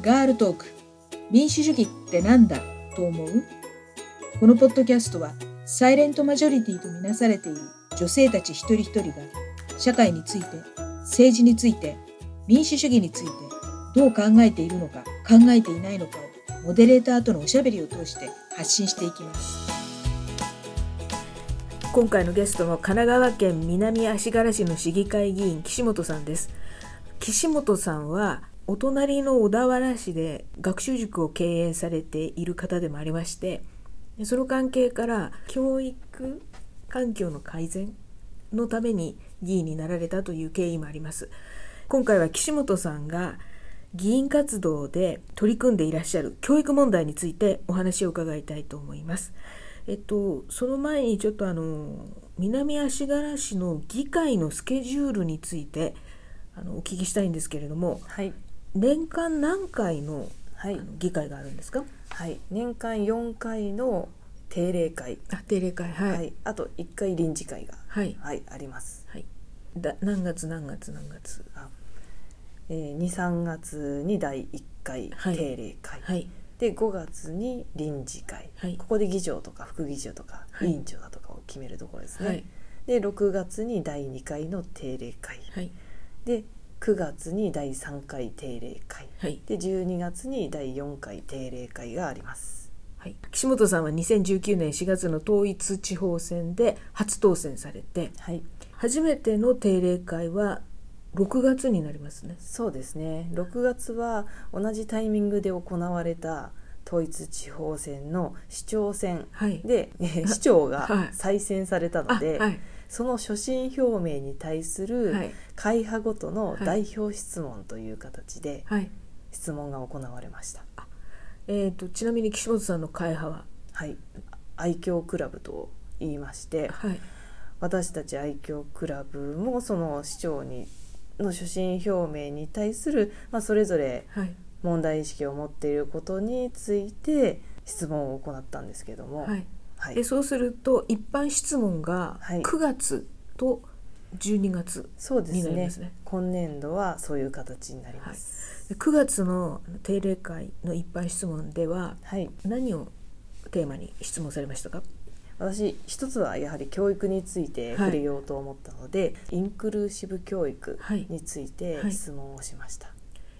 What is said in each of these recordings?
ガールトーク民主主義ってなんだと思うこのポッドキャストはサイレントマジョリティとみなされている女性たち一人一人が社会について政治について民主主義についてどう考えているのか考えていないのかをモデレーターとのおしゃべりを通して発信していきます今回のゲストも神奈川県南足柄市の市議会議員岸本さんです岸本さんはお隣の小田原市で学習塾を経営されている方でもありましてその関係から教育環境の改善のために議員になられたという経緯もあります今回は岸本さんが議員活動で取り組んでいらっしゃる教育問題についてお話を伺いたいと思いますえっとその前にちょっとあの南足柄市の議会のスケジュールについてあのお聞きしたいんですけれどもはい、年間何回の,、はいあの議会があるんですかはい、年間4回の定例会、あ定例会はいははい、い、あと1回臨時会が、はいはい、あります。だ何月何月何月あえー、2、3月に第1回はい定例会、はいで5月に臨時会、はいここで議長とか副議長とか、はい委員長だとかを決めるところですね。はいで6月に第2回の定例会、はいで9月に第3回定例会、はいで12月に第4回定例会があります。はい、岸本さんは2019年4月の統一地方選で初当選されてはい初めての定例会は6月になりますねそうですね6月は同じタイミングで行われた統一地方選の市長選 はいで、えー市長はいが再選されたあので、はいその所信表明に対すはるい会派ごとのはい代表質問という形ではい質問が行われました。えー、とちなみに岸本さんの会派ははい、愛嬌クラブと言いましてはい私たち愛嬌クラブもその市長にの所信表明に対する、まあ、それぞれはい問題意識を持っていることについて質問を行ったんですけども、はいはいでそうすると一般質問がはい9月と12月、そうでにすなりねますね今年度はそういう形になります。で9月の定例会の一般質問でははい、何をテーマに質問されましたか私一つはやはり教育について触れようと思ったので、インクルーシブ教育はいについはてい質問をしました。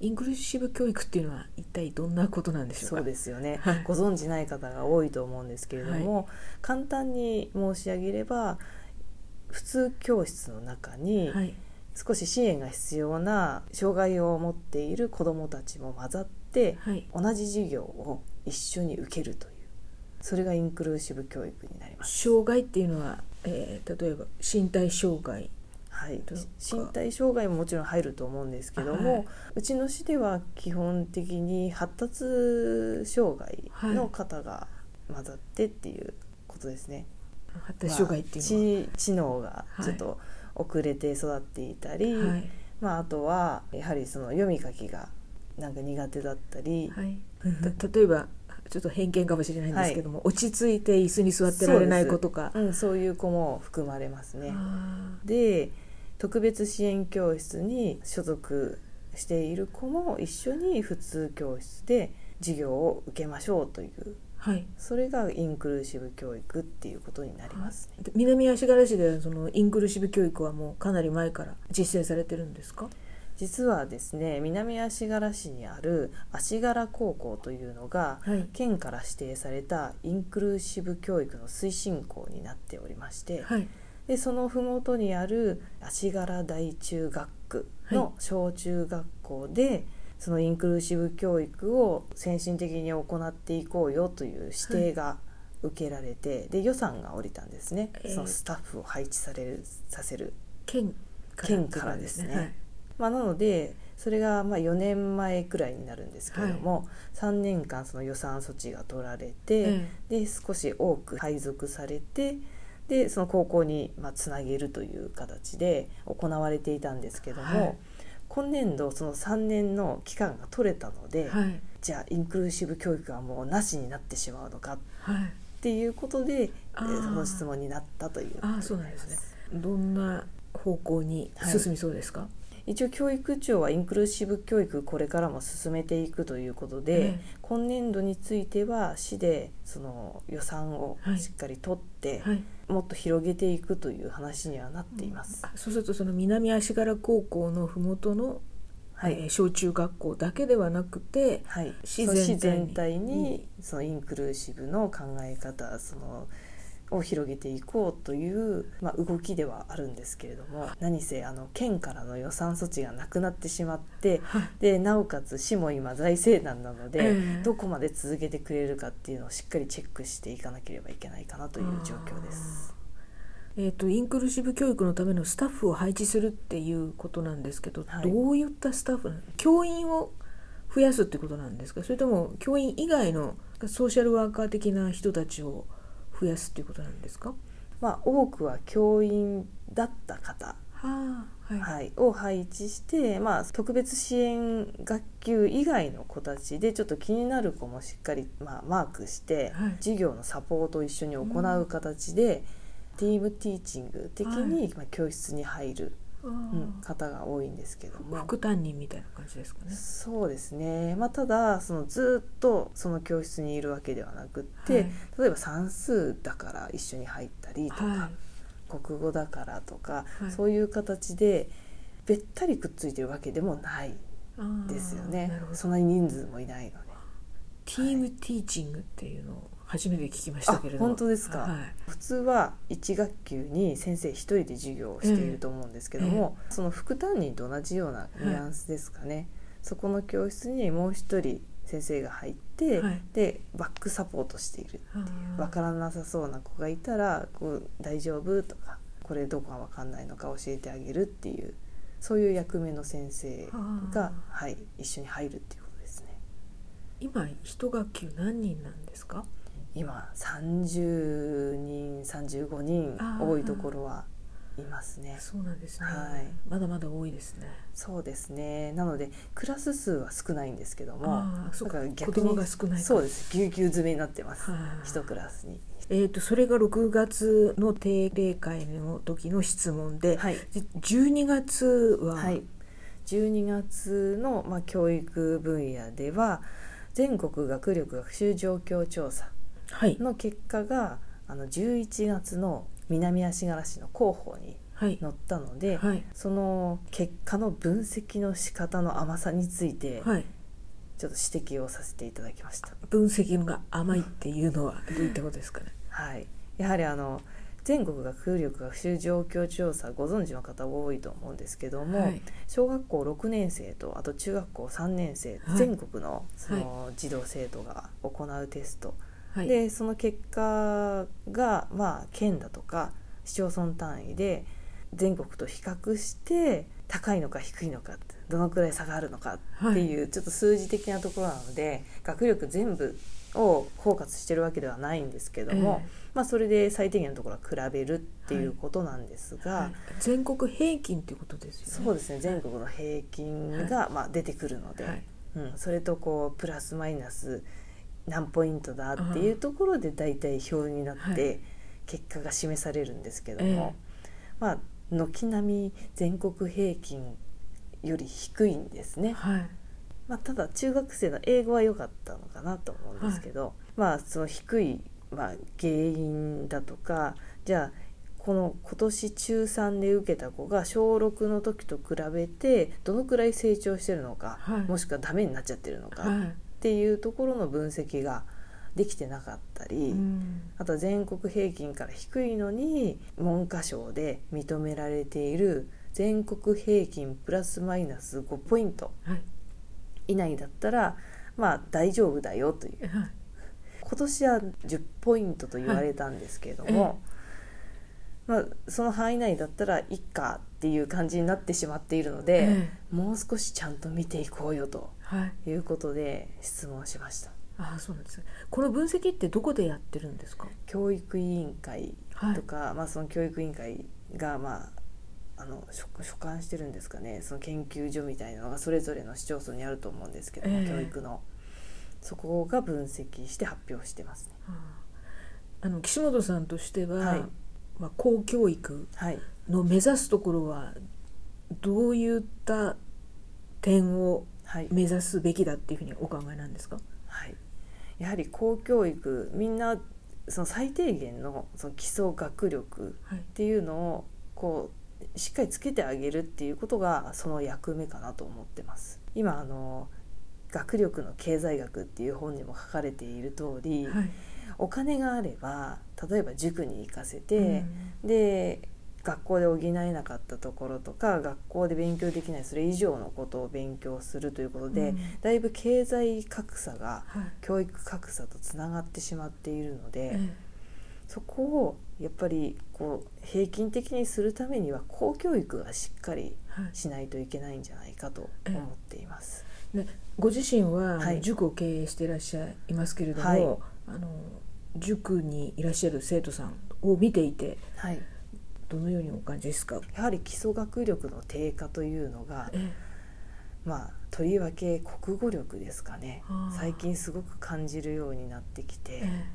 インクルーシブ教育っていうのは一体どんなことなんでしょうかそうですよね、はいご存じない方が多いと思うんですけれども、簡単に申し上げれば普通教室の中に、はい少し支援が必要な障害を持っている子どもたちも混ざってはい同じ授業を一緒に受けるというそれがインクルーシブ教育になります。障害っていうのは、えー例えば身体障害はいとか、身体障害ももちろん入ると思うんですけども、はいうちの市では基本的に発達障害の方が混ざってっていうことですね。発達障害っていうのまあ知知能がちょっと遅れて育っていたり、は、はいまあ、あとはやはりその読み書きがなんか苦手だったり、はい、た例えばちょっと偏見かもしれないんですけども、落ち着いて椅子に座ってられない子とか。うん、そういう子も含まれますね。あで特別支援教室に所属している子も一緒に普通教室で授業を受けましょうというーはいそれがインクルーシブ教育っていうことになりますね。で南足柄市ではそのインクルーシブ教育はもうかなり前から実践されてるんですか実はですね南足柄市にある足柄高校というのが、はい県から指定されたインクルーシブ教育の推進校になっておりまして、はいでその麓にある足柄大中学区はいの小中学校で、そのインクルーシブ教育を先進的に行っていこうよという指定が受けられて、で予算が下りたんですね、えーそのスタッフを配置されるさせる、県から県からですねまあ、なのでそれがまあ4年前くらいになるんですけれども、3年間その予算措置が取られて、はいえで少し多く配属されてでその高校にまあつなげるという形で行われていたんですけども、はい今年度その3年の期間が取れたのえで、はいじゃあインクルーシブ教育はもうなしになってしまうのかっはいていうことでえあーーその質問になったというああそうなんですねどんな方向に進みそうですか、一応教育庁はインクルーシブ教育これからも進めていくということで、え今年度については市でその予算をはいしっかり取って、えはい、もっと広げていくという話にはなっています。あそうするとその南足柄高校のふもとの、はえーい、小中学校だけではなくて、はい、市その市全全体体にそのインクルーシブの考え方そのを広げていこうという、まあ、動きではあるんですけれども何せあの県からの予算措置がなくなってしまってはいでなおかつ市も今財政難なので、ええどこまで続けてくれるかっていうのをしっかりチェックしていかなければいけないかなという状況です。えー、とインクルーシブ教育のためのスタッフを配置するっていうことなんですけど、はいどういったスタッフなの教員を増やすってことなんですかそれとも教員以外のソーシャルワーカー的な人たちを増やすっていうことなんですかまあ、多くは教員だった方はあ、はいはい、を配置して、まあ、特別支援学級以外の子たちでちょっと気になる子もしっかり、まあ、マークして、はい授業のサポートを一緒に行う形で、ティームティーチング的に、まあ、教室に入る、あうんー方が多いんですけども。副担任みたいな感じですかね。そうですね、まあ、ただそのずっとその教室にいるわけではなくって、はい例えば算数だから一緒に入ったりとか、は国語だからとか、はいそういう形でべったりくっついてるわけでもないい、ですよあーねなるほどそんなに人数もいないのでティームティーチングっていうのを初めて聞きましたけれどもあ本当ですかはい普通は1学級に先生1人で授業をしていると思うんですけども、その副担任と同じようなニュアンスですかね、そこの教室にもう1人先生が入って、はいでバックサポートしているあー分からなさそうな子がいたらこう大丈夫とかこれどこが分かんないのか教えてあげるっていうそういう役目の先生が、はい、一緒に入るっていうことですね。今一学級何人なんですか今30人35人あー多いところはいますね。そうなんですね、はいまだまだ多いですねそうですねなのでクラス数は少ないんですけどもあーそうかなん子供が少ないからそうですぎゅうぎゅう詰めになってますはあ一クラスに。えー、とそれが6月の定例会の時の質問で、はいで12月は、はい、12月の、まあ、教育分野では全国学力学習状況調査はいの結果があの11月の南足柄市の広報にはい載ったので、はいその結果の分析の仕方の甘さについてはいちょっと指摘をさせていただきました。分析が甘いっていうのはどういったことですかねはい、やはりあの全国学力学習状況調査ご存知の方多いと思うんですけども、はい小学校6年生とあと中学校3年生、はい全国のその児童生徒が行うテスト、はいでその結果が、まあ、県だとか市町村単位で全国と比較して高いのか低いのかってどのくらい差があるのかっていう、ちょっと数字的なところなので学力全部を包括してるわけではないんですけども、ええまあ、それで最低限のところは比べるっていうことなんですが。はい全国平均っていうことですそようねですね全国の平均が、まあ、出てくるので、はいうん、それとこうプラスマイナス何ポイントだっていうところで大体表になっはて結果が示されるんですけども、えまあ軒並み全国平均より低いんですね、はいまあ、ただ中学生の英語は良かったのかなと思うんですけど、まあその低い、まあ、原因だとかじゃあこの今年中3で受けた子が小6の時と比べてどのくらい成長してるのか、はいもしくはダメになっちゃってるのかっはていうところの分析ができてなかったり、いうんあとは全国平均から低いのに文科省で認められている全国平均プラスマイナス5ポイントはい以内だったらまあ大丈夫だよというはい今年は10ポイントと言われたんですけれども、まあ、その範囲内だったらいっかっていう感じになってしまっているので、えもう少しちゃんと見ていこうよとはいいうことで質問しましたああそうなんですねこの分析ってどこでやってるんですか教育委員会はいとか、まあ、その教育委員会がまああの所所管してるんですかねその研究所みたいなのがそれぞれの市町村にあると思うんですけども、ええ教育のそこが分析して発表してますね。あの岸本さんとしては、はいまあ、公教育はいの目指すところはどういった点をはい目指すべきだっていうふうにお考えなんですかはい、やはり公教育みんなその最低限のその基礎学力はいっていうのをこうしっかりつけてあげるっていうことがその役目かなと思ってます。今あの学力の経済学っていう本にも書かれている通り、はいお金があれば例えば塾に行かせて、うんで学校で補えなかったところとか学校で勉強できないそれ以上のことを勉強するということで、うんだいぶ経済格差がはい教育格差とつながってしまっているので、ええそこをやっぱりこう平均的にするためには公教育がしっかりはいしないといけないんじゃないかと思っています。ね、ご自身ははい塾を経営していらっしゃいますけれども、はいあの塾にいらっしゃる生徒さんを見ていてはい、どのようにお感じですか、やはり基礎学力の低下というのが、えまあ、とりわけ国語力ですかねあー最近すごく感じるようになってきて、え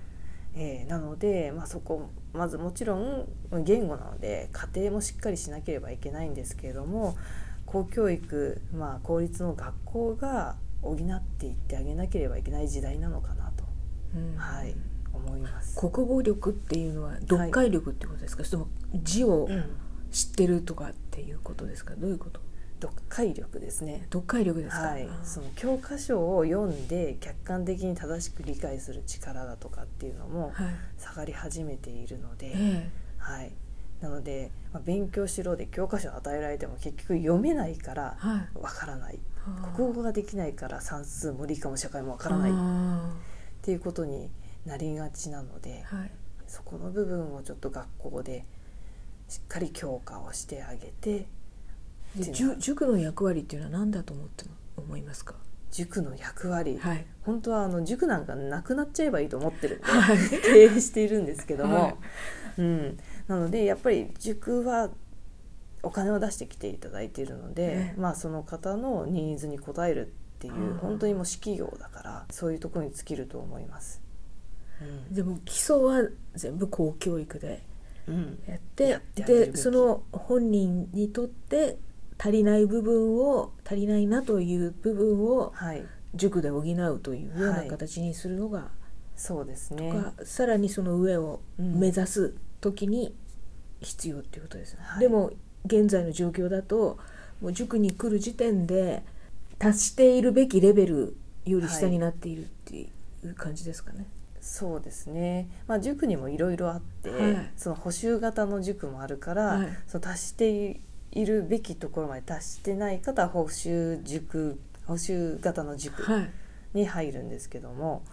えーなので、まあ、そこまずもちろん言語なので家庭もしっかりしなければいけないんですけれども公教育、まあ、公立の学校が補っていってあげなければいけない時代なのかなと、うんはい、思います。国語力っていうのは読解力ってことですか、それとも字をうん知ってるとかっていうことですかどういうこと読解力ですね読解力ですか、はいあ、ーその教科書を読んで客観的に正しく理解する力だとかっていうのもはい下がり始めているので、えはい、なので、まあ、勉強しろで教科書を与えられても結局読めないからえはいわからないあー国語ができないから算数も理科も社会もわからないっあていうことになりがちなのでーはいそこの部分をちょっと学校でしっかり強化をしてあげてで塾塾の役割っていうのは何だと思っても思いますか塾の役割、はい本当はあの塾なんかなくなっちゃえばいいと思ってるんで、はい 経営しているんですけども、はいうん、なのでやっぱり塾はお金を出してきていただいているので、ええまあ、その方のニーズに応えるっていうんう本当にもう私企業だからそういうところに尽きると思います。うんでも基礎は全部公教育でうんやってやってあげるべできその本人にとって足りない部分を足りないなという部分をはい、塾で補うというようなはい形にするのが、そうですねがさらにその上をうん目指す時に必要っていうことですね、はいでも現在の状況だともう塾に来る時点で達しているべきレベルより下になっているっていう感じですかね。そうですね、まあ、塾にもいろいろあって、はいその補習型の塾もあるから、はいその達しているべきところまで達してない方は補習塾補習型の塾はいに入るんですけども、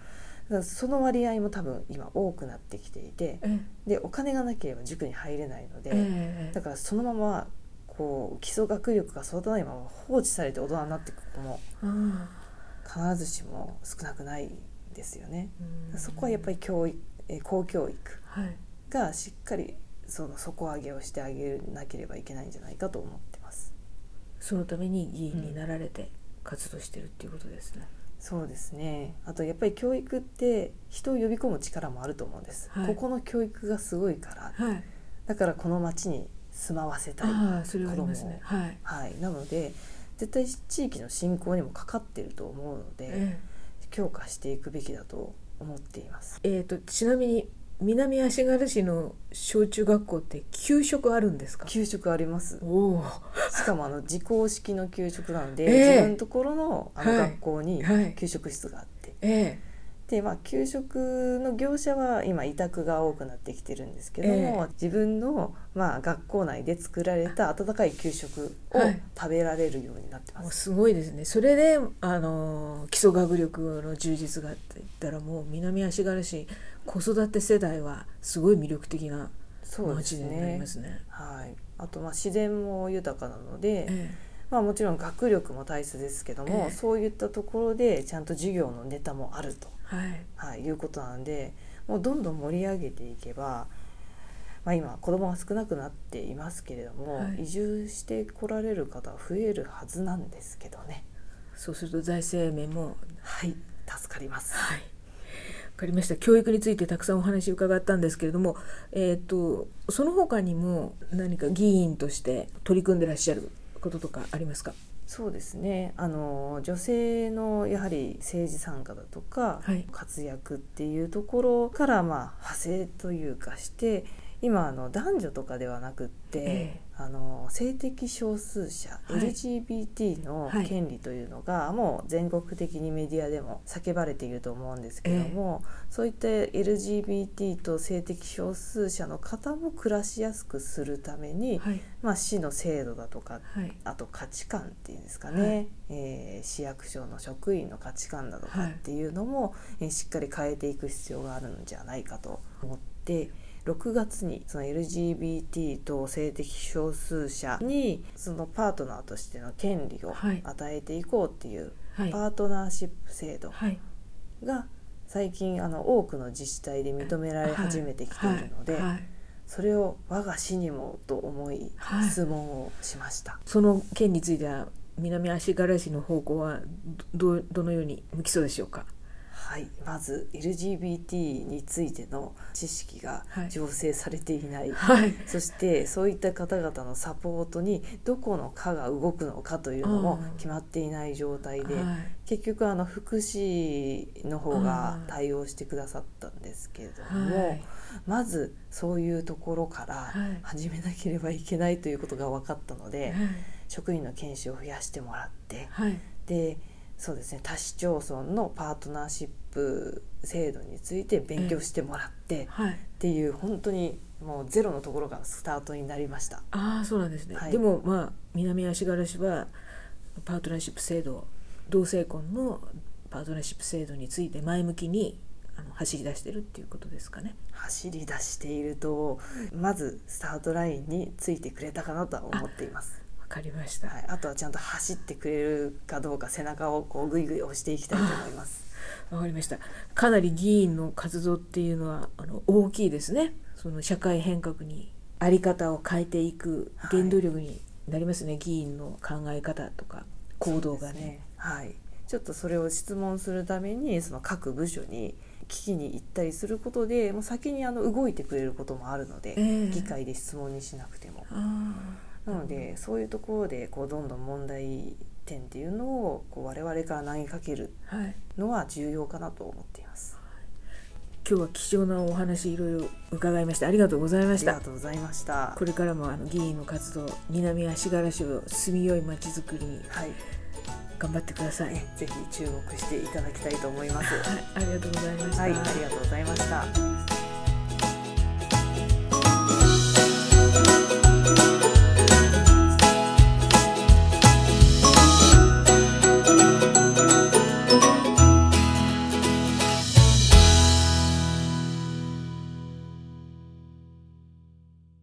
だからその割合も多分今多くなってきていてえでお金がなければ塾に入れないので、えだからそのままこう基礎学力が育たないまま放置されて大人になっていく子もあ必ずしも少なくないですよね。あうんそこはやっぱり教育えー公教育はい、がしっかりその底上げをしてあげなければいけないんじゃないかと思ってます。そのために議員になられて活動してるっていうことですね。そうですねあとやっぱり教育って人を呼び込む力もあると思うんです、はいここの教育がすごいからはい、だからこの町に住まわせたいああ、それはありますね。はい、はい、なので絶対地域の振興にもかかってると思うのでえ強化していくべきだと思っていますええーと、ちなみに南足柄市の小中学校って給食あるんですか。給食あ りますおお、しかもあの自校式の給食なので、ええ自分のところのあのはい学校にはい給食室があって、えでまあ給食の業者は今委託が多くなってきてるんですけども、自分のまあ学校内で作られた温かい給食をはい食べられるようになってえまもうす。すごいですね。それで、あのー基礎学力の充実がって言ったら、もう南足柄市子育て世代はすごい魅力的なそうです街になりねますね。はい、あとまあ自然も豊かなので、えまあ、もちろん学力も大切ですけども、ええそういったところでちゃんと授業のネタもあると、えはい、はい、いうことなのでもうどんどん盛り上げていけば、まあ、今子供が少なくなっていますけれども、はい移住してこられる方は増えるはずなんですけどねそうすると財政面もはい助かります。はい。わかりました。教育についてたくさんお話伺ったんですけれども、えっ、とその他にも何か議員として取り組んでらっしゃることとかありますかそうですねあの女性のやはり政治参加だとか、はい活躍っていうところからまあ派生というかして今あの男女とかではなくって、ええあの性的少数者、い LGBT のはい権利というのが、もう全国的にメディアでも叫ばれていると思うんですけども、そういった LGBT と性的少数者の方も暮らしやすくするために、はいまあ、市の制度だとかはいあと価値観っていうんですかね、はいえー市役所の職員の価値観だとかはいっていうのも、えーしっかり変えていく必要があるんじゃないかと思って6月にその LGBT と性的少数者にそのパートナーとしての権利をはい与えていこうっていうはいパートナーシップ制度はいが最近あの多くの自治体で認められ始めてきているので、はいはいはいそれを我が市にもと思いはい質問をしました。その件については南足柄市の方向はどどどのように向きそうでしょうかはい、まず LGBT についての知識がはい醸成されていない、はいそしてそういった方々のサポートにどこの課が動くのかというのもうん決まっていない状態で、はい結局あの福祉の方がうん対応してくださったんですけれども、はいまずそういうところからはい始めなければいけないということが分かったので、はい職員の研修を増やしてもらって。はいでそうですね多市町村のパートナーシップ制度について勉強してもらってはいっていう本当にもうゼロのところからスタートになりましたああそうなんですね、はいでもまあ南足柄市はパートナーシップ制度同性婚のパートナーシップ制度について前向きにあの走り出してるっていうことですかね走り出しているとまずスタートラインについてくれたかなとは思っていますわかりました、はい、あとはちゃんと走ってくれるかどうか背中をこうグイグイ押していきたいと思いますわかりましたかなり議員の活動っていうのはあの大きいですねその社会変革にあり方を変えていく原動力になりますね、議員の考え方とか行動がねはいちょっとそれを質問するためにその各部署に聞きに行ったりすることでもう先にあの動いてくれることもあるので、ええ議会で質問にしなくても。あなのでそういうところでこうどんどん問題点っていうのをこう我々から投げかけるあはいのは重要かなと思っています。今日は貴重なお話いろいろ伺いましたありがとうございまあしりたがとうございました。これからもあの議員の活動南足柄市を住みよいまちづくりにはい、頑張ってください、はい、ねぜひ注目していただきたいと思います。ありがとうございました、はい、ありがとうございました。